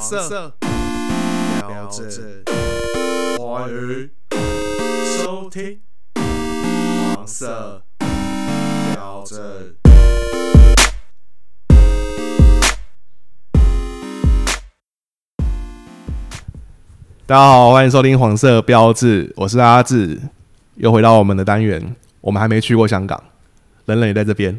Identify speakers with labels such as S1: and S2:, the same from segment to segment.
S1: 色标志，欢迎收听黄色标志。
S2: 大家好，欢迎收听黄色标志，我是阿志，又回到我们的单元。我们还没去过香港，冷冷也在这边。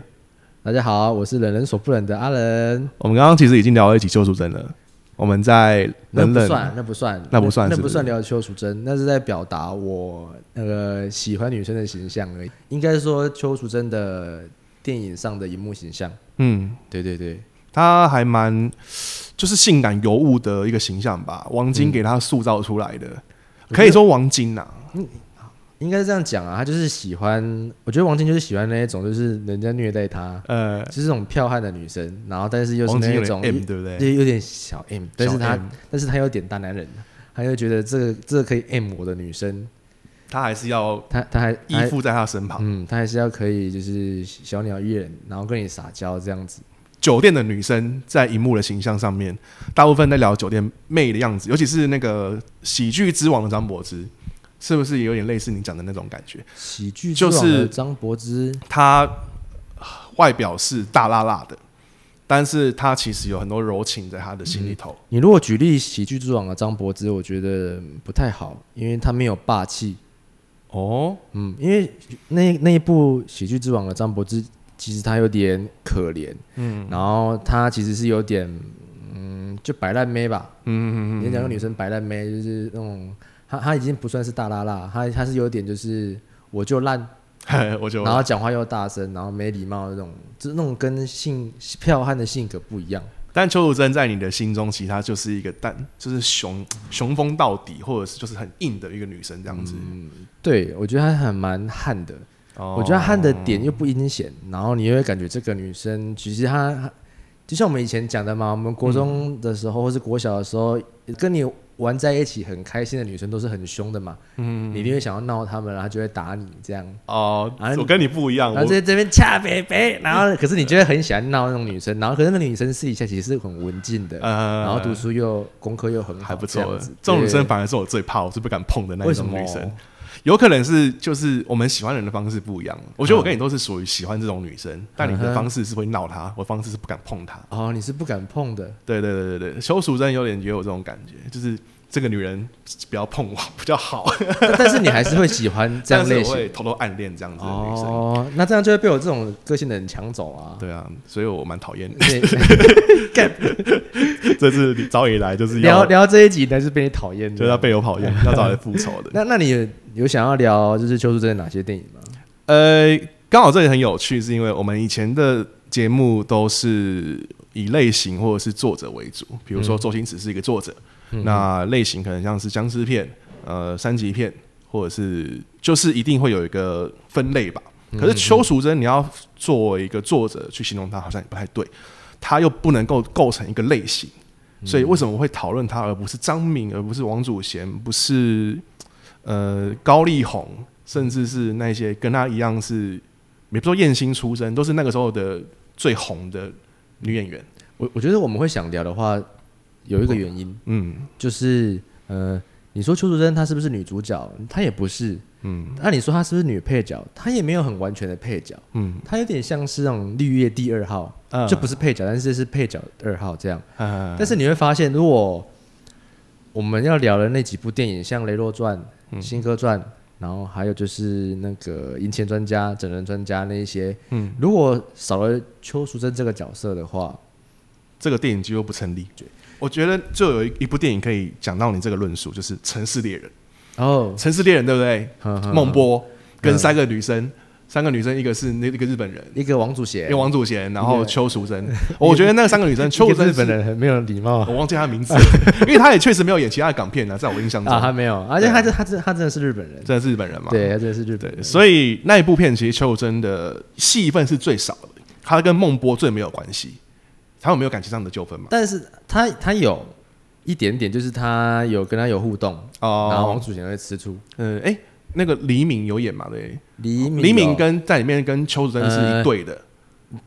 S3: 大家好，我是忍人所不忍的阿仁。
S2: 我们刚刚其实已经聊了一起救赎真了，我们在
S3: 那
S2: 冷
S3: 不
S2: 冷
S3: 算，那不算，
S2: 那不算
S3: 那
S2: 是不
S3: 不
S2: 是
S3: 算聊邱淑贞，那是在表达我那个喜欢女生的形象而已。应该说邱淑贞的电影上的荧幕形象。
S2: 嗯，
S3: 对对对，
S2: 他还蛮就是性感尤物的一个形象吧，王晶给他塑造出来的，
S3: 嗯
S2: 可以说王晶啊呐、
S3: 应该这样讲啊，她就是喜欢，我觉得王晶就是喜欢那一种，就是人家虐待她，
S2: 呃，
S3: 就是那种剽悍的女生，然后但是又是
S2: 王晶
S3: 那
S2: 有
S3: 一种
S2: 点 M 对不对？
S3: 对，有点小 M，但是
S2: 小
S3: 她
S2: M
S3: 但是她有点大男人，她又觉得这个这个可以 M 我的女生，
S2: 他还是要
S3: 她她还
S2: 依
S3: 她还
S2: 附在他身旁。
S3: 嗯，他还是要可以就是小鸟依人，然后跟你撒娇这样子。
S2: 酒店的女生在荧幕的形象上面，大部分在聊酒店妹的样子，尤其是那个喜剧之王的张柏芝，是不是也有点类似你讲的那种感觉？
S3: 喜剧
S2: 之王的就是
S3: 张柏芝，
S2: 她呃外表是大辣辣的，但是她其实有很多柔情在她的心里头。
S3: 你如果举例喜剧之王的张柏芝，我觉得不太好，因为他没有霸气。
S2: 哦，
S3: 嗯，因为那那一部喜剧之王的张柏芝，其实他有点可怜，嗯，然后他其实是有点嗯，就摆烂妹吧，
S2: 嗯，
S3: 你两个女生白烂妹，就是那种，她她已经不算是大拉拉，她她是有点就是我就烂，
S2: 嘿我就
S3: 然后讲话又大声，然后没礼貌的那种，就是那种跟性剽悍的性格不一样。
S2: 但邱淑贞在你的心中，其实她就是一个但就是雄雄风到底，或者是就是很硬的一个女生这样子。
S3: 嗯对，我觉得她还蛮悍的，
S2: 哦
S3: 我觉得她悍的点又不阴险，然后你又会感觉这个女生其实她她就像我们以前讲的嘛，我们国中的时候、或是国小的时候，跟你玩在一起很开心的女生都是很凶的嘛，嗯，你一定会想要闹她们，然后她就会打你这样。
S2: 哦
S3: 啊，
S2: 我跟你不一样，
S3: 然后
S2: 我
S3: 在这边恰北北，然后可是你就会很喜欢闹那种女生，然后可是那个女生私底下其实是很文静的，
S2: 呃
S3: 然后读书又功课又很好，
S2: 还不
S3: 嗯这
S2: 错
S3: 样子。
S2: 这种女生
S3: 对
S2: 反而是我最怕，我是不敢碰的那一
S3: 为什
S2: 种
S3: 么
S2: 女生。有可能是就是我们喜欢人的方式不一样。我觉得我跟你都是属于喜欢这种女生，但你
S3: 嗯
S2: 的
S3: 哼
S2: 方式是会闹她，我的方式是不敢碰她。
S3: 哦，你是不敢碰的，
S2: 对对对对对，邱淑贞有点也有这种感觉，就是这个女人不要碰我比较好，
S3: 但但是你还是会喜欢这
S2: 但
S3: 样
S2: 是
S3: 类
S2: 我
S3: 型
S2: 会偷偷暗恋这样子的女生。
S3: 哦，那这样就会被我这种个性的人抢走啊。
S2: 对啊，所以我蛮讨厌，
S3: 对，
S2: 这是你早以来就是
S3: 聊
S2: 要
S3: 聊这一集呢是被你讨厌的，
S2: 就是要被我讨厌，要找来复仇的。
S3: 那那你有有想要聊就是邱淑贞的哪些电影吗？
S2: 呃，刚好这里很有趣，是因为我们以前的节目都是以类型或者是作者为主，比如说周星驰是一个作者，那类型可能像是僵尸片、呃三级片，或者是就是一定会有一个分类吧。可是邱淑贞，你要作为一个作者去形容她，好像也不太对，她又不能够构成一个类型，所以为什么会讨论她，而不是张敏，而不是王祖贤，不是呃高丽红，甚至是那些跟她一样是，也不说艳星出身，都是那个时候的最红的女演员。
S3: 我我觉得我们会想聊的话，有一个原因，
S2: 嗯，
S3: 就是呃，你说邱淑贞她是不是女主角？她也不是。嗯，那你说她是不是女配角？她也没有很完全的配角。
S2: 嗯，
S3: 她有点像是那种绿叶第二号，
S2: 嗯
S3: 就不是配角，但是是配角二号这样。
S2: 呃
S3: 但是你会发现，如果我们要聊的那几部电影，像《雷洛传》《新歌传》，然后还有就是那个《银钱专家》《整人专家》那一些，嗯，如果少了邱淑贞这个角色的话，
S2: 这个电影几乎不成立。我觉得就有一一部电影可以讲到你这个论述，就是《城市猎人》。
S3: 哦
S2: 《城市猎人》对不对？
S3: 呵嗯呵
S2: 孟波跟三个女生，三个女生一个是那一个日本人，
S3: 一个王祖贤
S2: 一个，王祖贤，然后邱淑贞。我觉得那三个女 生，邱淑贞
S3: 日本
S2: 是，
S3: 人很哦没有礼貌
S2: 我忘记她的名字，因为她也确实没有演其他的港片啊，在我印象
S3: 啊，他
S2: 中，
S3: 没有，而且他这他真他真的是日本人，
S2: 真的是日本人嘛。
S3: 对，他真的是日本
S2: 对，
S3: 人，
S2: 所以那一部片其实邱淑贞的戏份是最少的，她跟孟波最没有关系，他们没有感情上的纠纷嘛。
S3: 但是他他有一点点，就是他有跟他有互动，然后
S2: 哦
S3: 王，祖贤会吃醋，
S2: 嗯，哎，那个黎明有演嘛？对。
S3: 黎明
S2: 黎明
S3: 有
S2: 跟在里面跟邱淑贞是一对的，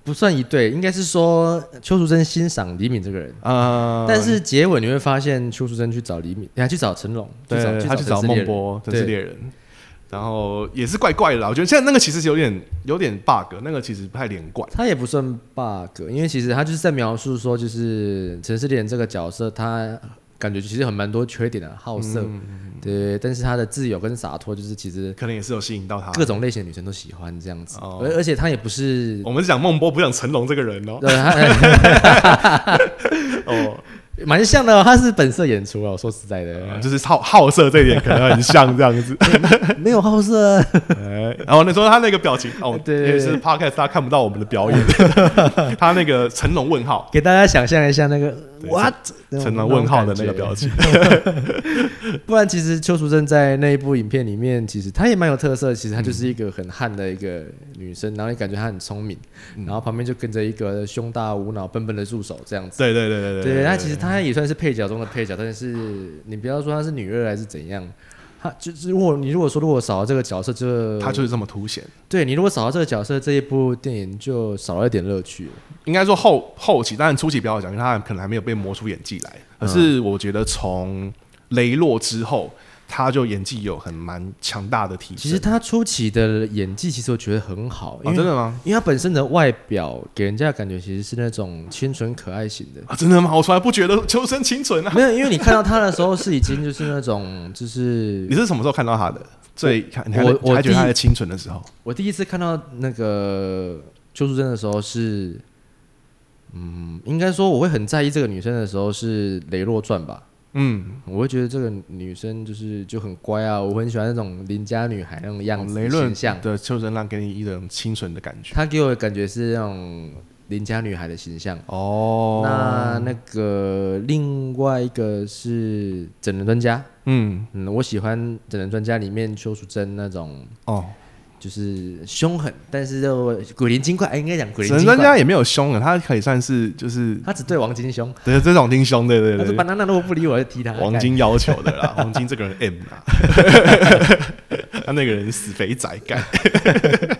S3: 不算一对，应该是说邱淑贞欣赏李敏这个人，
S2: 啊，
S3: 呃但是结尾你会发现邱淑贞去找李敏，还去找成龙，去找
S2: 对，他去
S3: 去
S2: 找
S3: 陈思
S2: 孟
S3: 烈
S2: 波，
S3: 人
S2: 真是
S3: 对
S2: 猎人。然后也是怪怪的啦，我觉得现在那个其实是有点有点 bug，那个其实不太连贯。
S3: 他也不算 bug，因为其实他就是在描述说，就是陈思莲这个角色，他感觉其实很蛮多缺点的，好色，
S2: 嗯
S3: 对，但是他的自由跟洒脱，就是其实
S2: 可能也是有吸引到他。
S3: 各种类型的女生都喜欢这样子，而、
S2: 啊哦
S3: 而且他也不是
S2: 我，们是讲孟波，不是讲成龙这个人哦。
S3: 呃，他
S2: 哦，
S3: 蛮像的哦、他是本色演出啊，我说实在的，
S2: 就是好好色这一点可能很像这样子。
S3: 没有好色，
S2: 哎然后你说他那个表情哦，
S3: 对
S2: 因为是 podcast，大家看不到我们的表 演。 他那个成龙问号，
S3: 给大家想象一下那个
S2: 对
S3: what
S2: 成龙问号的那个表
S3: 情。
S2: 情。
S3: 不然，其实邱淑贞在那一部影片里面，其实她也蛮有特色的。其实她就是一个很悍的一个女生，然后你感觉她很聪明，
S2: 嗯
S3: 然后旁边就跟着一个胸大无脑、笨笨的助手这样子。
S2: 对对对对
S3: 对，她其实她也算是配角中的配角，但是你不要说她是女二还是怎样，她就是如果你如果说如果少了这个角色，就
S2: 他就是这么凸显。
S3: 对你如果少了这个角色，这一部电影就少了一点乐趣了。
S2: 应该说后后期，当然初期不要讲，因为他可能还没有被磨出演技来。可是
S3: 嗯
S2: 我觉得从雷洛之后，他就演技有很蛮强大的提升。
S3: 其实她初期的演技，其实我觉得很好，因
S2: 啊，
S3: 为、
S2: 真的吗？
S3: 因为她本身的外表给人家的感觉其实是那种清纯可爱型的。
S2: 啊，真的吗？我从来不觉得 秋生清纯啊。
S3: 没有，因为你看到他的时候是已经就是那种，就是
S2: 你是什么时候看到他的？最看你还
S3: 我我
S2: 还觉得
S3: 第一
S2: 他在清纯的时候，
S3: 我第一次看到那个邱淑贞的时候是，嗯，应该说我会很在意这个女生的时候是《雷洛传》吧，
S2: 嗯，
S3: 我会觉得这个女生就是就很乖啊，我很喜欢那种邻家女孩那种样子、
S2: 哦雷论
S3: 形象，
S2: 的秋生让给你一种清纯的感觉。
S3: 她给我的感觉是那种邻家女孩的形象。
S2: 哦，
S3: 那那个另外一个是整人专家，
S2: 嗯，
S3: 嗯，我喜欢整人专家里面邱淑贞那种。
S2: 哦，
S3: 就是凶狠，但是又鬼灵精怪，哎，应该讲鬼灵
S2: 神
S3: 精
S2: 专家
S3: 怪。
S2: 也没有凶啊，他可以算是 就是
S3: 他只对王晶凶，
S2: 对这种听凶，对对
S3: 他
S2: 对
S3: 说：“
S2: 对
S3: 班娜娜如果不理我，就踢他。”
S2: 黄金要求的啦，黄金这个人 M 啦， 他那个人死肥宅干，
S3: 干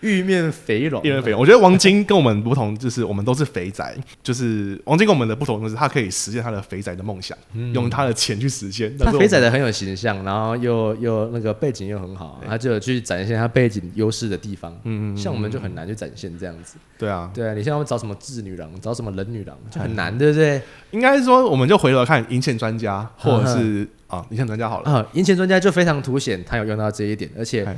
S3: 玉面肥龙，
S2: 一人肥。我觉得王晶跟我们不同，就是我们都是肥宅，就是王晶跟我们的不同就是他可以实现他的肥宅的梦想，用嗯他的钱去实现。但
S3: 他
S2: 是我
S3: 肥
S2: 们
S3: 仔的很有形象，然后又又那个背景又很好，他就有去展现他背景优势的地方。嗯，像我们就很难去展现这样子。
S2: 对啊，
S3: 对啊，你像我们找什么智女郎，找什么人女郎，就很难，对不对？
S2: 应该说我们就回头看银线专家，或者是啊银线专家好了，
S3: 啊，银钱专家就非常凸显他有用到这一点，而且
S2: 哎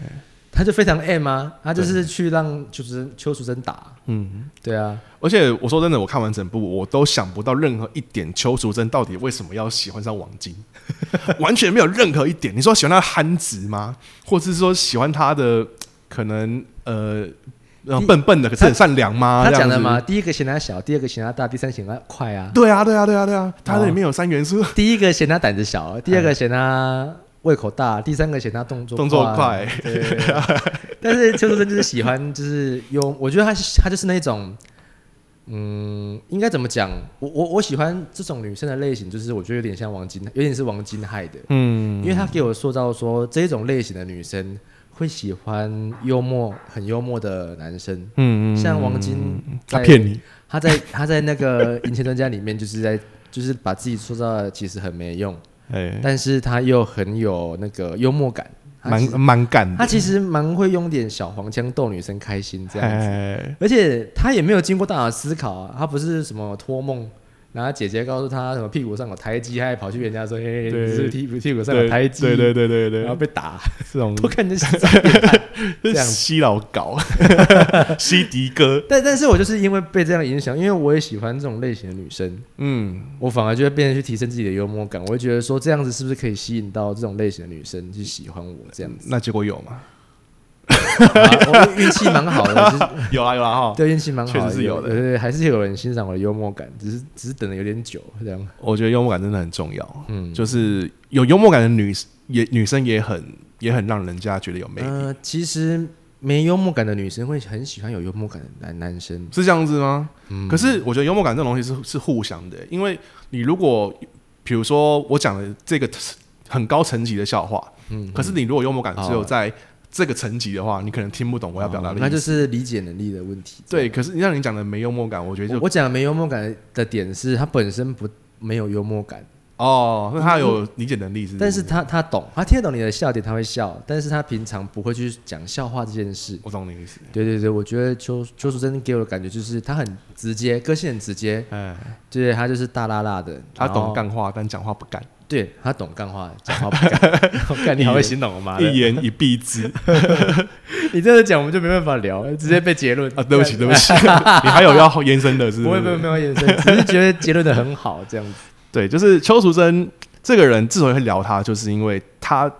S3: 他就非常 M 啊，他就是去让邱淑贞邱淑贞打。
S2: 嗯。
S3: 对啊，
S2: 而且我说真的，我看完整部，我都想不到任何一点邱淑贞到底为什么要喜欢上王晶， 完全没有任何一点。你说喜欢他的憨直吗？或者是说喜欢他的可能呃呃
S3: 第
S2: 笨笨的，可是很善良吗？
S3: 他
S2: 啊这样
S3: 讲的
S2: 子
S3: 嘛，？第一个嫌他小，第二个嫌他大，第三嫌他快啊。
S2: 对啊，对啊，对啊，对啊，他
S3: 哦
S2: 那里面有三元素，
S3: 第一个嫌他胆子
S2: 哎
S3: 小，第二个嫌他胃口大，第三个嫌他动作
S2: 动作快。
S3: 对， 但是邱淑贞就是喜欢，就是 用，我觉得她她就是那种，嗯，应该怎么讲？我我我喜欢这种女生的类型，就是我觉得有点像王晶，有点是王晶害的，
S2: 嗯，
S3: 因为她给我塑造说这种类型的女生会喜欢幽默、很幽默的男生，
S2: 嗯
S3: 像王晶
S2: 他
S3: 在
S2: 骗你，
S3: 他在他在那个《银钱专家》里面，就是在就是把自己塑造的其实很没用，
S2: 哎，
S3: 但是他又很有那个幽默感，他
S2: 蛮
S3: 其实
S2: 蛮敢的，
S3: 他其实蛮会用点小黄腔逗女生开心这样子，
S2: 哎，
S3: 而且他也没有经过大脑思考啊，他不是什么托梦。然后姐姐告诉他什么屁股上有胎记，他还跑去人家说：“嘿，你
S2: 对
S3: 是不是屁股屁股上有
S2: 对
S3: 胎
S2: 对
S3: 记。”
S2: 对对对对
S3: 然后，被打，
S2: 这 种
S3: 我感觉是这样。
S2: 这
S3: 这样
S2: 西老 搞，西迪哥，
S3: 但但是我就是因为被这样影响，因为我也喜欢这种类型的女生，
S2: 嗯，
S3: 我反而就会变得去提升自己的幽默感，我会觉得说这样子是不是可以吸引到这种类型的女生去喜欢我 这样子？
S2: 那结果有吗？
S3: 啊我运气蛮好的，就是
S2: 有啊有啊哈，
S3: 对运气蛮好的，
S2: 确实是有的
S3: 对对，还是有人欣赏我的幽默感，只是只是等的有点久这样。
S2: 我觉得幽默感真的很重要，
S3: 嗯，
S2: 就是有幽默感的女也女生也很也很让人家觉得有魅力，
S3: 呃，其实没幽默感的女生会很喜欢有幽默感的男男生，
S2: 是这样子吗？
S3: 嗯
S2: 可是我觉得幽默感这种东西是是互相的，欸因为你如果比如说我讲的这个很高层级的笑话，
S3: 嗯
S2: 可是你如果幽默感只有在这个层级的话，你可能听不懂我要表达的意思。
S3: 哦那就是理解能力的问题。
S2: 对，可是让你讲的没幽默感，我觉得
S3: 我
S2: 就
S3: 我讲的没幽默感的点是，他本身不没有幽默感，
S2: 哦，那他有理解能力是不
S3: 但是他他懂，他听得懂你的笑点，他会笑，但是他平常不会去讲笑话这件事。
S2: 我懂你的意思。
S3: 对对对，我觉得邱邱淑贞给我的感觉就是他很直接，个性很直接，
S2: 哎，
S3: 对他就是大辣辣的，
S2: 他
S3: 然
S2: 懂
S3: 后，
S2: 干话，但讲话不敢，
S3: 对他懂干话，讲话不干，干你还会心懂我妈的
S2: 一言一蔽 之
S3: 你这样讲我们就没办法聊，直接被结论
S2: 啊！对不起，对不起， 你还有要延伸的是
S3: 不
S2: 不
S3: 会
S2: 是？
S3: 不会没有眼神，只是觉得结论的很好这样子。
S2: 对，就是邱淑贞这个人，之所以会聊他，就是因为他，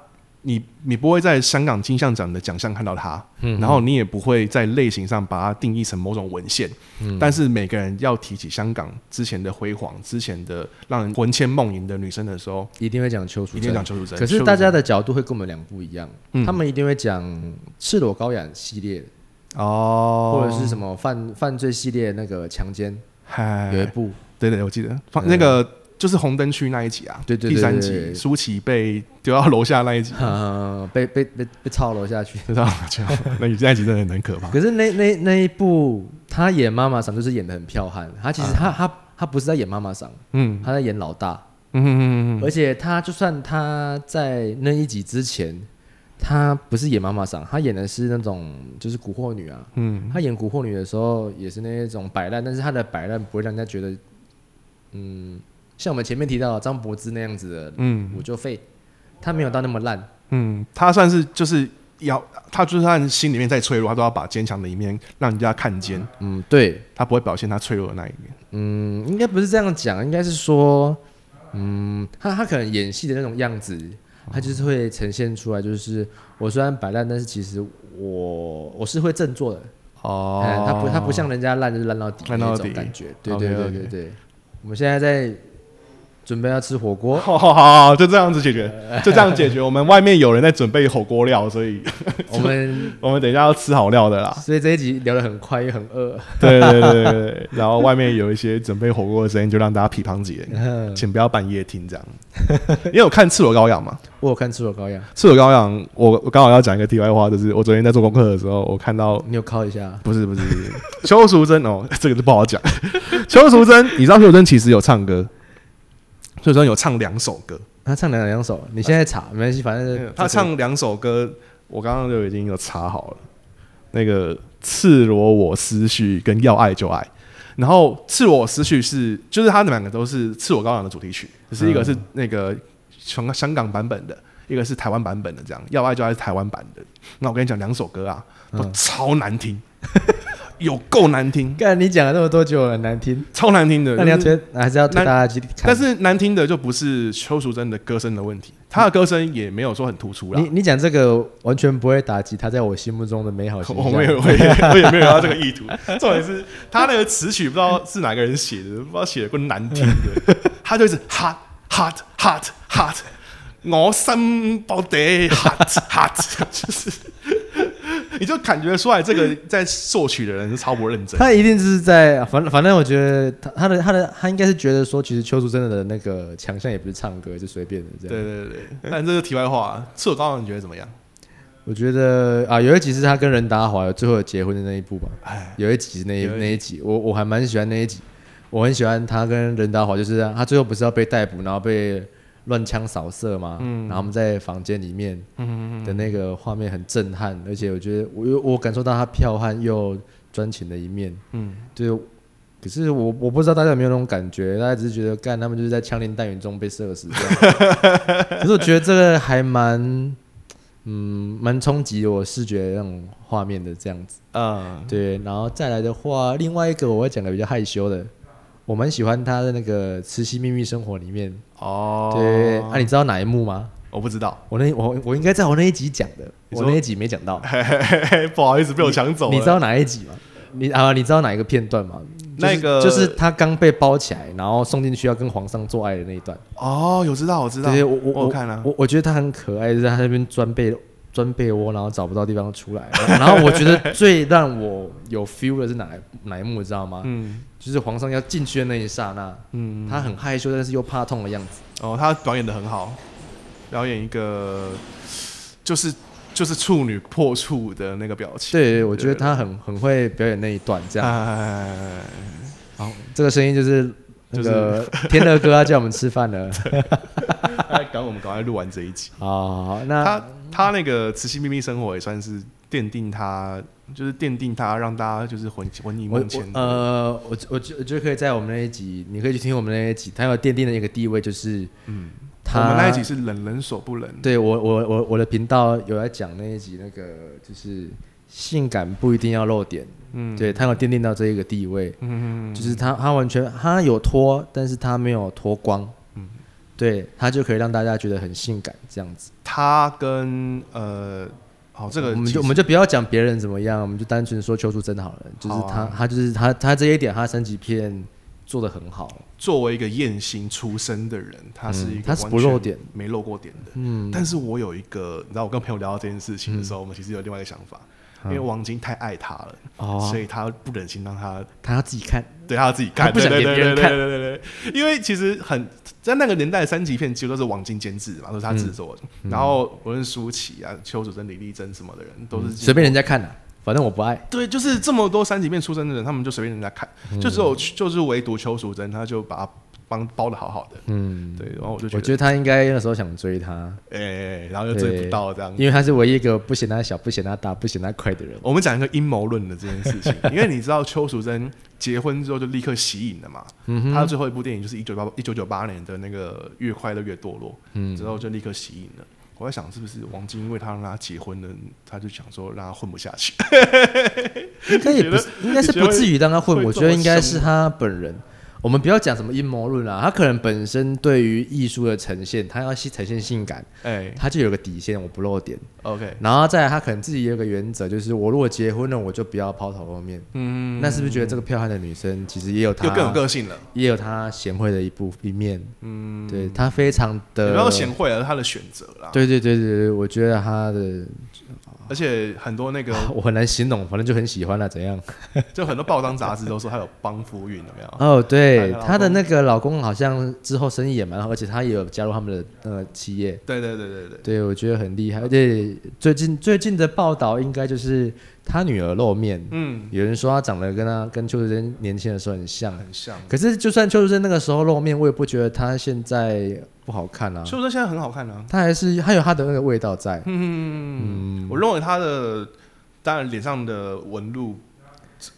S2: 你你不会在香港金像奖的奖项看到他，
S3: 嗯
S2: 然后你也不会在类型上把它定义成某种文献，
S3: 嗯
S2: 但是每个人要提起香港之前的辉煌，之前的让人魂牵梦萦的女生的时候，
S3: 一定会讲邱淑
S2: 一定
S3: 贞
S2: 讲。邱淑贞。
S3: 可
S2: 邱
S3: 是
S2: 淑
S3: 大家
S2: 贞
S3: 的角度会跟我们俩不一样，
S2: 嗯
S3: 他们一定会讲赤裸高雅系列，
S2: 哦，
S3: 或者是什么犯犯罪系列那个强奸
S2: 嗨，
S3: 有一部，
S2: 对对，我记得放
S3: 嗯
S2: 那个。就是红灯区那一集啊，
S3: 对对对
S2: 第三
S3: 对对
S2: 集
S3: 对
S2: 舒淇被丢到楼下那一集，
S3: 呃，被被被被操楼下去。
S2: 知道吗？这样那你那一集真的很可怕。
S3: 可是那那那一部他演妈妈桑就是演的很彪悍，他其实他他他不是在演妈妈桑，
S2: 嗯
S3: 他在演老大。
S2: 嗯嗯嗯嗯
S3: 而且他就算他在那一集之前，他不是演妈妈桑，他演的是那种就是古惑女啊。
S2: 嗯，
S3: 他演古惑女的时候也是那一种摆烂，但是他的摆烂不会让人家觉得，嗯，像我们前面提到的张柏芝那样子的
S2: 嗯
S3: 我就废，他没有到那么烂。
S2: 嗯，他算是就是要他就算心里面再脆弱，他都要把坚强的一面让人家看见，
S3: 嗯，对，
S2: 他不会表现他脆弱的那一面。
S3: 嗯，应该不是这样讲，应该是说，嗯，他他可能演戏的那种样子，他就是会呈现出来，就是我虽然摆烂，但是其实我我是会振作的。
S2: 哦
S3: 哎，他不，他不像人家烂就是烂到底
S2: 烂到
S3: 那种
S2: 底
S3: 感觉。对
S2: OK，
S3: 对对
S2: OK
S3: 对对，我们现在在准备要吃火锅，
S2: 好好好好，就这样子解决，就这样解决。我们外面有人在准备火锅料，所以
S3: 我们
S2: 我们等一下要吃好料的啦。
S3: 所以这一集聊得很快，也很饿。
S2: 对对对对对，然后外面有一些准备火锅的声音，就让大家皮胖姐，请不要半夜听这样。你有看《赤裸羔羊》吗？
S3: 我有看《赤裸羔羊》，
S2: 《赤裸羔羊》，我我刚好要讲一个题外话，就是我昨天在做功课的时候，我看到
S3: 你有靠一下？
S2: 不是不是，不是邱淑贞哦， 这个就不好讲。邱淑贞，你知道邱淑贞其实有唱歌，邱淑贞有唱两首歌，
S3: 他唱两两首，你现在
S2: 啊
S3: 查没关系，反正
S2: 她唱两首歌，我刚刚就已经有查好了，那个《赤裸我思绪》跟《要爱就爱》，然后《赤裸我思绪》是就是他们两个都是《赤裸羔羊》的主题曲，只是一个是那个香香港版本的。一个是台湾版本的，这样《要爱就爱》是台湾版的。那我跟你讲，两首歌啊，都
S3: 嗯
S2: 超难听， 有够难听。
S3: 干你讲了那么多久，很难听。
S2: 超难听的。
S3: 那你要
S2: 就是
S3: 推，还是要推
S2: 那
S3: 大家去看？
S2: 但是难听的就不是邱淑贞的歌声的问题，她的歌声也没有说很突出啦
S3: 你。你讲这个完全不会打击他在我心目中的美好 形象。
S2: 我没有，我也我也没有要这个意图。重点是她那个词曲不知道是哪个人写的，不知道写的够难听的，她就一直 hot hot hot hot，我心爆得 hot hot，就是 你就感觉出来这个在作曲的人是超不认真。
S3: 他一定是在反反正我觉得他他的他的他应该是觉得说，其实邱淑贞的那个强项也不是唱歌，就随便的这样。
S2: 对对对，但这是题外话。赤裸羔羊你觉得怎么样？
S3: 我觉得啊，有一集是他跟任达华最后有结婚的那一部吧，
S2: 哎，
S3: 有一集是那一
S2: 有一集
S3: 那一集，我我还蛮喜欢那一集，我很喜欢他跟任达华，就是他最后不是要被逮捕，然后被乱枪扫射嘛，
S2: 嗯
S3: 然后我们在房间里面的那个画面很震撼，而且我觉得我又我感受到他剽悍又专情的一面，
S2: 嗯，
S3: 就是。可是我我不知道大家有没有那种感觉，大家只是觉得干他们就是在枪林弹雨中被射死 这样。可是我觉得这个还蛮，嗯，蛮冲击我视觉那种画面的这样子。
S2: 嗯，
S3: 对，然后再来的话，另外一个我会讲的比较害羞的，我蛮喜欢他的那个《慈禧秘密生活》里面。
S2: 哦，
S3: 对，啊，你知道哪一幕吗？
S2: 我不知道，
S3: 我那我我应该在我那一集讲的，
S2: 你
S3: 我
S2: 说
S3: 那一集没讲到。
S2: 不好意思被我抢走了。
S3: 你知道哪一集吗？你啊，你知道哪一个片段吗？就是
S2: 那个
S3: 就是他刚被包起来，然后送进去要跟皇上做爱的那一段。
S2: 哦，有知道，我知道，
S3: 对，我我
S2: 我有看了、啊
S3: 我我觉得他很可爱，就是他在那边钻被钻被窝，然后找不到地方出来。然后我觉得最让我有 feel 的是哪一哪一幕，你知道吗？
S2: 嗯
S3: 就是皇上要进去的那一刹那，
S2: 嗯，
S3: 他很害羞，但是又怕痛的样子。
S2: 哦，他表演的很好，表演一个就是就是处女破处的那个表情。
S3: 对，我觉得他很很会表演那一段，这样。
S2: 哎，
S3: 好，这个声音就是那
S2: 就是
S3: 个天乐哥要叫我们吃 饭了。
S2: 赶我们赶快录完这一集。
S3: 好，好好那
S2: 哎他他那个《慈禧秘密生活》也算是奠定他，就是奠定他让大家就是魂魂萦
S3: 我
S2: 梦
S3: 我
S2: 牵。
S3: 呃，我我觉我觉得可以在我们那一集，你可以去听我们那一集，他有奠定的一个地位，就是
S2: 嗯，
S3: 他
S2: 我们那一集是冷人所不冷，
S3: 对我我我我的频道有在讲那一集那个就是性感不一定要露点，
S2: 嗯，
S3: 对他有奠定到这一个地位，
S2: 嗯，嗯，
S3: 就是他他完全他有脱，但是他没有脱光，
S2: 嗯
S3: 对他就可以让大家觉得很性感这样子。
S2: 他跟呃，好，这个
S3: 我们
S2: 其实
S3: 就我们就不要讲别人怎么样，我们就单纯说邱淑贞好了，就是
S2: 好
S3: 他、
S2: 啊
S3: 他就是他他这一点他三级片做的很好，
S2: 作为一个艳星出身的人，他是一个
S3: 嗯他是
S2: 完
S3: 不
S2: 全
S3: 露点
S2: 没露过点的。
S3: 嗯，
S2: 但是我有一个，你知道，我跟朋友聊到这件事情的时候，我们其实有另外一个想法，
S3: 嗯
S2: 因为王晶太爱他了，
S3: 哦
S2: 所以他不忍心让他
S3: 他要自己看，
S2: 对他自己看，
S3: 他不想
S2: 对
S3: 给
S2: 对
S3: 别人
S2: 对
S3: 看
S2: 对对对对对，因为其实很在那个年代，三级片几乎都是王晶监制嘛，都是他
S3: 嗯
S2: 制作的。然后无论舒淇啊、邱主珍、李丽珍什么的人，都是
S3: 随便人家看的、啊反正我不爱，
S2: 对，就是这么多三级片出身的人，他们就随便人家看，
S3: 嗯
S2: 就只有就是唯独邱淑贞，他就把他帮包的好好的。
S3: 嗯，
S2: 对，然后我就觉
S3: 我
S2: 得
S3: 觉，得他应该那时候想追他，
S2: 哎、然后又追不到这样。
S3: 因为他是唯一一个不嫌他小、不嫌他大、不嫌他快的人。
S2: 我们讲一个阴谋论的这件事情，因为你知道邱淑贞结婚之后就立刻息影了嘛，
S3: 嗯
S2: 她的最后一部电影就是一九八一九九八年的那个《越快乐越堕落》，
S3: 嗯
S2: 之后就立刻息影了。我在想，是不是王晶因为他让他结婚了，他就想说让他混不下去？
S3: 应该也不是，应该是不至于让他混。
S2: 会
S3: 我觉得应该是他本人。我们不要讲什么阴谋论啦，他可能本身对于艺术的呈现，他要呈现性感，
S2: 哎、
S3: 他就有个底线，我不露点。
S2: o k
S3: 然后再来，他可能自己也有个原则，就是我如果结婚了，我就不要抛头露面。
S2: 嗯，
S3: 那是不是觉得这个漂亮的女生其实也有她
S2: 又更有个性了。
S3: 也有她贤惠的一部一面？嗯，对，她非常的
S2: 也不要贤惠啊，是他的选择啦。
S3: 对对对对对，我觉得她的
S2: 而且很多那个，
S3: 我很难形容，反正就很喜欢了，怎样？
S2: 就很多报章杂志都说他有帮夫运，有没有？
S3: 哦，对，
S2: 啊她的老公
S3: 她的那个老公好像之后生意也蛮好，而且她也有加入他们的呃企业。
S2: 对对对对对，
S3: 对，我觉得很厉害。而且最近最近的报道应该就是她女儿露面，
S2: 嗯，
S3: 有人说她长得跟她跟邱淑贞年轻的时候很像。
S2: 很像。
S3: 可是就算邱淑贞那个时候露面，我也不觉得她现在不好看啊。
S2: 所以说现在很好看啊。
S3: 她还是她有她的那个味道在。
S2: 嗯，我认为他的当然脸上的纹路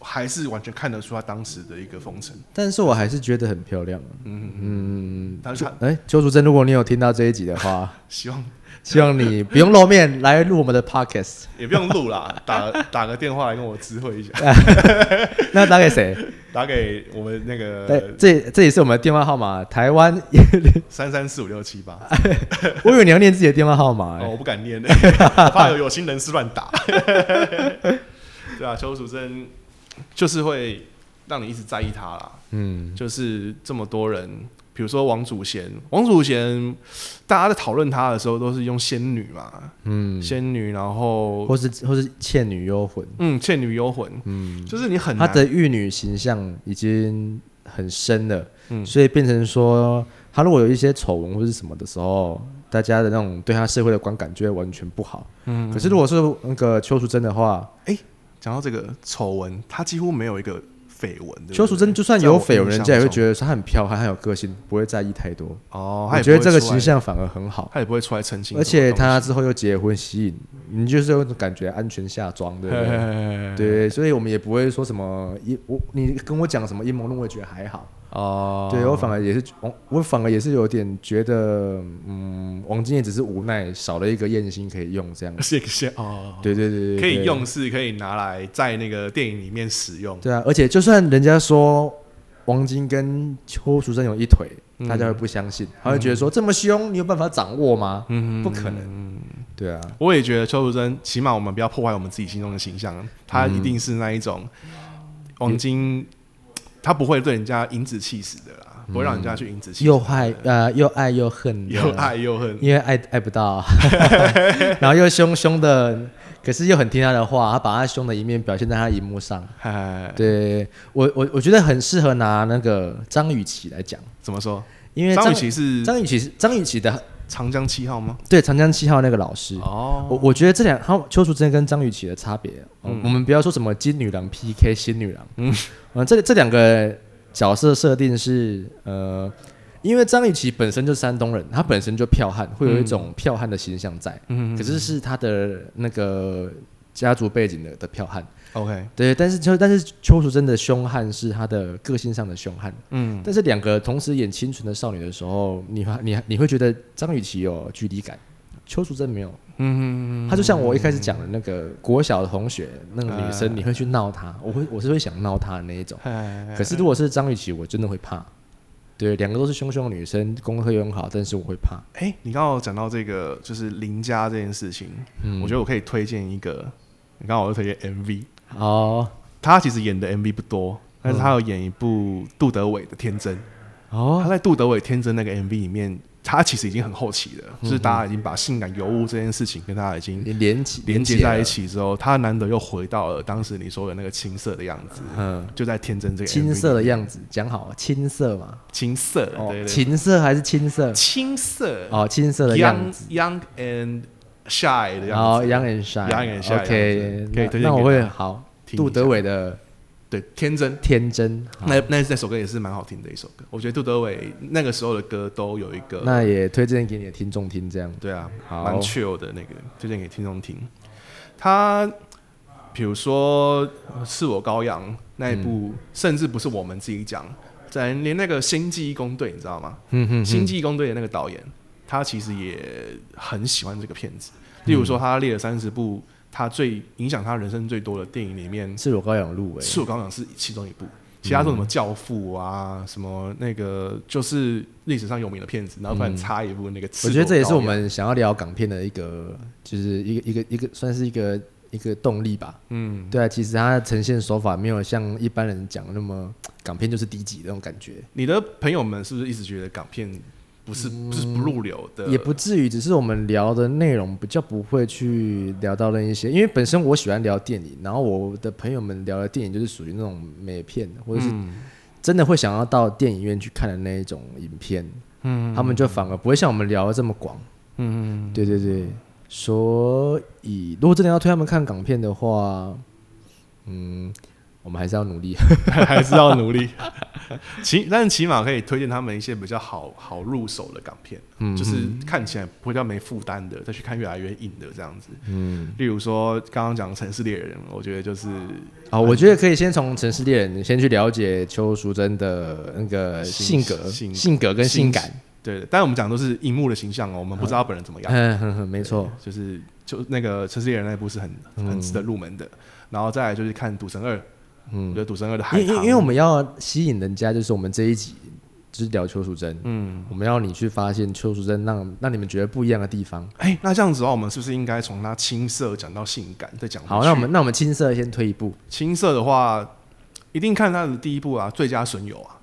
S2: 还是完全看得出他当时的一个风尘。
S3: 但是我还是觉得很漂亮。
S2: 嗯，
S3: 嗯，
S2: 但是他
S3: 哎，邱淑贞，如果你有听到这一集的话，
S2: 希望
S3: 希望你不用露面来录我们的 podcast。
S2: 也不用录 啦，打打个电话来跟我知会一下，
S3: 那打给谁？
S2: 打给我们那
S3: 对，
S2: 个
S3: 这这也是我们的电话 号码。台湾，
S2: 三三四五六七八。
S3: 我以为你要念自己的电话号码、
S2: 哦，
S3: 欸。
S2: 我不敢念，我怕有有心人士乱打。 对啊，邱淑贞就是会让你一直在意她啦。
S3: 嗯，
S2: 就是这么多人，比如说王祖贤，王祖贤，大家在讨论她的时候都是用仙女嘛，
S3: 嗯，
S2: 仙女，然后
S3: 或是或是《倩女幽魂》。
S2: 嗯，倩女幽魂，
S3: 嗯，
S2: 就是你很
S3: 她
S2: 难
S3: 的玉女形象已经很深了，
S2: 嗯
S3: 所以变成说，她如果有一些丑闻或是什么的时候，大家的那种对她社会的观感就会完全不好。
S2: 嗯
S3: 可是如果是那个邱淑贞的话，
S2: 讲到这个丑闻，她几乎没有一个绯闻。对不对
S3: 邱淑贞就算有绯闻，人家也会
S2: 得
S3: 觉得她很飘，她很有个性，不会在意太多。
S2: 哦，她
S3: 我
S2: 也
S3: 觉得
S2: 不会
S3: 这个
S2: 出来
S3: 形，象反而很好。
S2: 她也不会出来澄清什么
S3: 而
S2: 东西。
S3: 且他之后又结婚，吸引你就是有种感觉安全下装，对 不对？
S2: 对
S3: 对，所以我们也不会说什么阴我你跟我讲什么阴谋论，我也觉得还好。
S2: 哦，。
S3: 对我反而也是，我我反而也是有点觉得，嗯，王金也只是无奈少了一个艳星可以用这样
S2: 是一个先哦，
S3: 对对对对，对
S2: 可以。用是可以拿来在那个电影里面使用，
S3: 对啊，而且就算人家说王晶跟邱淑贞有一腿，
S2: 嗯
S3: 大家会不相信，他会觉得说这么凶，你有办法掌握吗？嗯，不可能。对啊，
S2: 我也觉得邱淑贞，起码我们不要破坏我们自己心中的形象，她一定是那一种王晶，她不会对人家颐指气使的啦，不会让人家去颐指气使，
S3: 又爱呃又爱又恨，啊
S2: 又爱又 恨，
S3: 因为爱爱不到， 然后又凶凶的，可是又很听他的话，他把他凶的一面表现在他荧幕上。
S2: 哎，
S3: 对我我我觉得很适合拿那个张雨绮来讲，
S2: 怎么说？
S3: 因为
S2: 张
S3: 张
S2: 雨绮是
S3: 张雨绮是张雨绮的
S2: 长江七号吗？
S3: 对长江七号那个老师，
S2: 哦
S3: 我我觉得这两，他邱淑贞跟张雨绮的差别、哦
S2: 嗯
S3: 我们不要说什么金女郎 PK 新女郎，嗯，这这两个角色设定是呃，因为张雨绮本身就是山东人，她本身就剽悍，会有一种剽悍的形象在，
S2: 嗯
S3: 可是是她的那个家族背景的的剽悍，
S2: 哦 OK，
S3: 对，但是邱但是邱淑贞的凶悍是她的个性上的凶悍，
S2: 嗯，
S3: 但是两个同时演清纯的少女的时候，你会你你会觉得张雨绮有距离感，邱淑贞没有。嗯，她就像我一开始讲的那个国小的同学，那个女生，你会去闹她，我会我是会想闹她的那一种。
S2: 哎
S3: 可是如果是张雨绮，我真的会怕。对，两个都是凶凶的女生，功课又很好，但是我会怕。
S2: 哎、你刚好讲到这个就是邻家这件事情，
S3: 嗯
S2: 我觉得我可以推荐一个，你刚好我就推荐 MV，
S3: 哦
S2: 他其实演的 MV 不多，但是他有演一部杜德伟的《天真》他
S3: 嗯哦，
S2: 在杜德伟《天真》那个 MV 里面，他其实已经很后期了，就是大家已经把性感尤物这件事情跟他已经
S3: 你嗯连起
S2: 连接在一
S3: 了，
S2: 起之后，他难得又回到了当时你说的那个青涩的样子，
S3: 嗯，
S2: 就在《天真》这个 MV
S3: 青涩的样子，讲好青涩嘛，
S2: 青涩，
S3: 哦
S2: 对，对对，
S3: 情色还是青涩？
S2: 青涩
S3: 哦，青涩的样
S2: young
S3: 子。哦
S2: young and shy 的
S3: 然后
S2: 样
S3: Young
S2: 子，
S3: and Shy。
S2: Young and Shy，这样
S3: OK，
S2: 子可以推荐给
S3: 那那我会
S2: 大家
S3: 好。
S2: 听一下
S3: 杜德伟的
S2: 对，天真。
S3: 《天真》好，
S2: 那那那首歌也是蛮好听的一首歌，我觉得杜德伟那个时候的歌都有一个，
S3: 那也推荐给你的听众听，这样。
S2: 对啊，
S3: 好
S2: 蛮 chill 的那个，推荐给听众听。他比如说《是我羔羊》那一部，
S3: 嗯
S2: 甚至不是我们自己讲，在连那个《星际义工队》，你知道吗？
S3: 嗯哼
S2: 星际义工队》的那个导演，他其实也很喜欢这个片子。
S3: 嗯
S2: 例如说，他列了三十部他最影响他人生最多的电影里面，
S3: 赤裸羔羊入围，
S2: 是我刚刚讲是其中一
S3: 嗯
S2: 部，其他说什么《教父》啊，什么那个就是历史上有名的片子，然后突然插一部那个赤裸羔羊，
S3: 嗯我觉得这也是我们想要聊港片的一个，就是一个一个一个算是一个一个动力吧。
S2: 嗯，
S3: 对啊，其实它的呈现手法没有像一般人讲那么港片就是低级的那种感觉，
S2: 你的朋友们是不是一直觉得港片不是不是不入流的？
S3: 嗯也不 至于，只是我们聊的内容比较不会去聊到那一些，因为本身我喜欢聊电影，然后我的朋友们聊的电影就是属于那种美片，或者是真的会想要到电影院去看的那一种影片，嗯，他们就反而不会像我们聊的这么广，嗯，对对对，所以如果真的要推他们看港片的话，嗯，我们还是要努力，
S2: 还是要努 力。起，但是起码可以推荐他们一些比较好好入手的港片，啊
S3: 嗯
S2: 就是看起来比较没负担的，再去看越来越硬的这样子。
S3: 嗯，
S2: 例如说刚刚讲《城市猎人》，我觉得就是
S3: 啊、 我觉得可以先从《城市猎人》先去了解邱淑贞的那个
S2: 性
S3: 性格、
S2: 性
S3: 性格跟性感。
S2: 对，但我们讲都是荧幕的形象哦，我们不知道本人怎么样。
S3: 嗯，哼哼，没错。
S2: 就是就那个《城市猎人》那一部是很很值得入门的，然后再来就是看《赌神二》，我
S3: 嗯
S2: 觉得《赌神二》的海
S3: 因因
S2: 棠，
S3: 因为我们要吸引人家，就是我们这一集就是聊邱淑贞，
S2: 嗯，
S3: 我们要你去发现邱淑贞让让你们觉得不一样的地方。
S2: 哎、那这样子的话，我们是不是应该从它青涩讲到性感，再讲回
S3: 好，
S2: 去
S3: 那我们那我们青涩先退一步。
S2: 青涩的话，一定看他的第一部啊，《最佳损友》啊，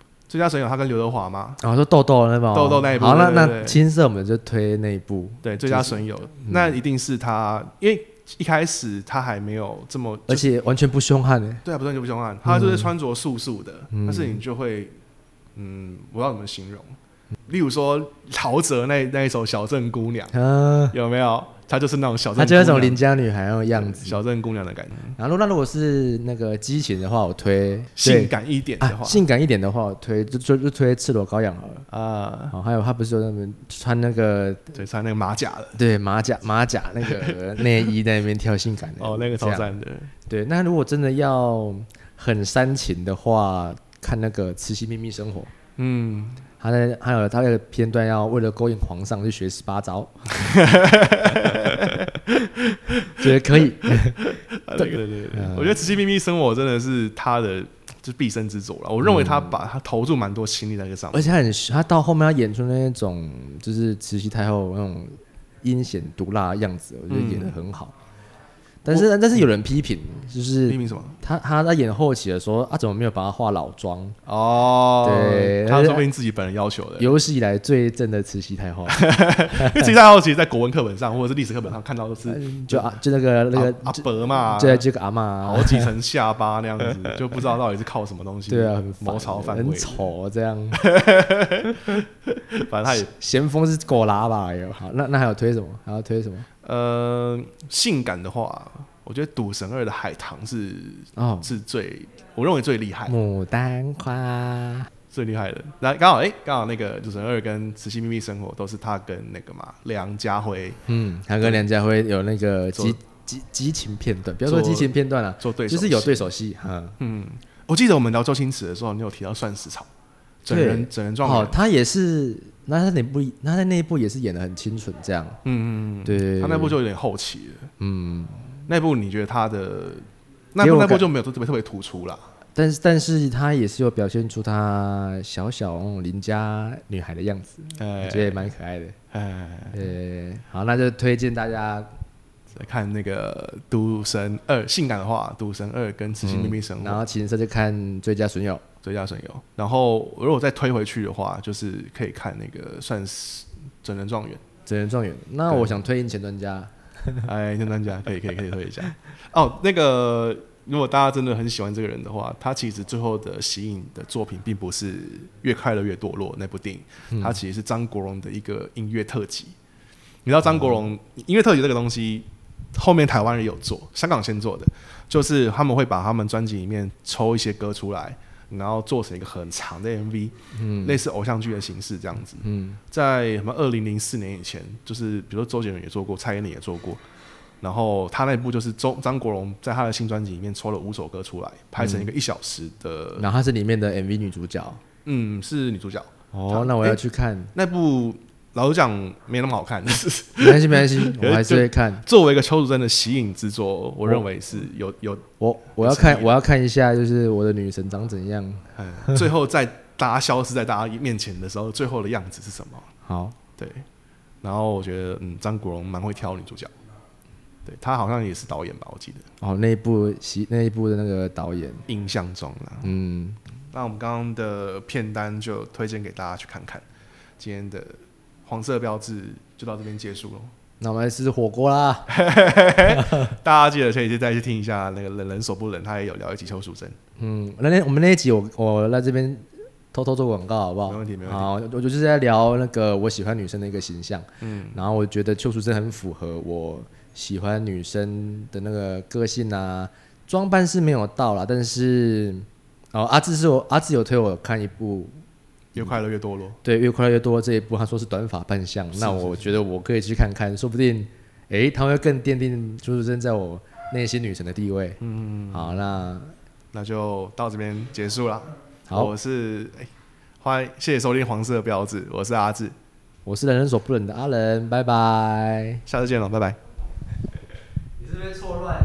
S2: 《最佳损友》他跟刘德华嘛，
S3: 然后哦说豆豆那部，
S2: 豆豆那一部
S3: 好，那
S2: 对对
S3: 那
S2: 对
S3: 青涩我们就推那一部，
S2: 对，《最佳损友》
S3: 嗯
S2: 那一定是他，因为一开始他还没有这么，
S3: 而且完全不凶悍欸的。
S2: 对啊，不断就不凶悍，他就是穿着素素的，但是你就会，嗯，我不知道怎么形容，例如说陶喆那那一首《小镇姑娘》，
S3: 嗯，
S2: 有没有？他就是那种小镇姑
S3: 她
S2: 娘，
S3: 就那种邻家女孩那种样子。
S2: 小镇姑娘的感觉，
S3: 然后那如果是那个激情的话，我推
S2: 性
S3: 对
S2: 感一点的
S3: 啊，
S2: 话，
S3: 性感一点的话，我推就就就推赤裸羔羊好了。
S2: 啊，
S3: 好，还有他不是有那边穿那个
S2: 对，穿那个马甲的，
S3: 对马甲马甲那个内衣在那边跳性感的
S2: 哦，那个超
S3: 这样
S2: 赞 的。
S3: 对，那如果真的要很煽情的话，看那个《慈禧秘密生活》。
S2: 嗯，
S3: 他在还有他那个片段要为了勾引皇上去学十八招， 觉得可以。
S2: 啊对对对对，
S3: 嗯
S2: 我觉得《慈禧秘密生活》真的是他的就是毕生之作了。我认为
S3: 嗯
S2: 他把他投入蛮多心力在这上
S3: 而
S2: 面。
S3: 且他很他到后面要演出那种
S2: 嗯
S3: 就是慈禧太后那种阴险毒辣的样子，我觉得演的很好。但是但是有人批评，就
S2: 批
S3: 是
S2: 评什么？
S3: 他他在演后期的时候啊，怎么没有把他化老妆？
S2: 哦，
S3: 对
S2: 他说不定自己本人要求 的。
S3: 有史以来最正的慈禧太后，啊
S2: 因为其实大家其实，在国文课本上或者是历史课本上看到都是
S3: 就啊就那个那
S2: 阿阿
S3: 个
S2: 伯嘛，
S3: 就这个阿
S2: 好
S3: 嬷，啊
S2: 几层下巴那样子，就不知道到底是靠什么东西。
S3: 对啊，很烦
S2: 谋朝犯
S3: 很
S2: 位，
S3: 丑啊这样。
S2: 反正他也
S3: 咸丰是狗拉吧？哎呦，好，那那还有推什么？还要推什么？
S2: 呃，性感的话，我觉得《赌神二》的海棠是
S3: 哦，
S2: 是最我认为最厉害、
S3: 牡丹花，
S2: 最厉害的。那刚好哎，刚、好那个《赌神二》跟《慈禧秘密生活》都是他跟那个嘛梁家辉
S3: 嗯，他跟梁家辉有那个
S2: 做
S3: 激激激情片段，不要说
S2: 做
S3: 激情片段了、
S2: 做对手
S3: 就
S2: 戏，
S3: 是有对手戏，嗯，
S2: 嗯，我记得我们聊周星驰的时候，你有提到算死草整
S3: 对
S2: 人整人状
S3: 哦
S2: 况，，
S3: 他也是，那他那部他在那一部也是演的很清纯这样，
S2: 嗯嗯嗯，
S3: 对，
S2: 他那部就有点后期了。
S3: 嗯，
S2: 那部你觉得他的那
S3: 给
S2: 部
S3: 我
S2: 那部
S3: 感
S2: 就没有特别特别突出啦。
S3: 但是但是他也是有表现出他小小那种邻家女孩的样子，我
S2: 哎
S3: 觉得也蛮可爱的，
S2: 哎，
S3: 呃，好，那就推荐大家，
S2: 再看那个《赌神二》，性感的话，《赌神二》跟《慈禧秘密生活
S3: 嗯然》后情色就看最佳损友，
S2: 最佳损友。然后如果再推回去的话，就是可以看那个算是整人状元。
S3: 整人状元，那
S2: 对
S3: 我想推荐前专家。
S2: 哎，跟专家可以可以可以推一下。哦，那个如果大家真的很喜欢这个人的话，他其实最后的吸引的作品并不是《越快乐越堕落》那部电影，他其实是张国荣的一个音乐特辑。你知道张国荣音乐特辑这个东西，后面台湾人有做，香港先做的，就是他们会把他们专辑里面抽一些歌出来。然后做成一个很长的 MV，、嗯、类似偶像剧的形式这样子。嗯，在什么二零零四年以前，就是比如说周杰伦也做过，蔡依林也做过，然后他那部就是周张国荣在他的新专辑里面抽了五首歌出来，拍成一个一小时的，
S3: 然后她是里面的 MV 女主角。
S2: 嗯是女主角。
S3: 哦，那我要去看，
S2: 那部老实讲没那么好看，
S3: 没关系没关系，
S2: 就
S3: 我还是会看。
S2: 作为一个邱淑贞的吸引之作，我认为是有有，
S3: 我我要看我要看一下，就是我的女神长怎样。
S2: 嗯，最后在大家消失在大家面前的时候，最后的样子是什么？
S3: 好，
S2: 对，然后我觉得嗯，张国荣蛮会挑女主角，对他好像也是导演吧，我记得
S3: 哦，那一部喜那一部的那个导演，
S2: 印象中啦，
S3: 嗯，
S2: 那我们刚刚的片单就推荐给大家去看看。今天的黄色标志就到这边结束了，
S3: 那我们来吃火锅啦。
S2: 大家记得可以去再去听一下那个冷人手不冷，他也有聊一集邱淑贞，
S3: 嗯，那那我们那一集我我在这边偷偷做广告好不好？
S2: 没问题没问题
S3: 好，我就是在聊那个我喜欢女生的一个形象，
S2: 嗯，
S3: 然后我觉得邱淑贞很符合我喜欢女生的那个个性啊，装扮是没有到啦，但是哦，阿志是我阿志有推我看一部
S2: 越快乐越堕落。
S3: 对，越快乐越多这一部，他说是短发扮相，
S2: 是
S3: 那我觉得我可以去看看，说不定，诶，他会更奠定朱淑珍在我内心女神的地位。嗯，好，那
S2: 那就到这边结束了。
S3: 好
S2: 我是哎，欢迎谢谢收听黄色标志，我是阿志，
S3: 我是人人所不能的阿仁，拜拜。
S2: 下次见了，拜拜。
S3: 你这边错乱。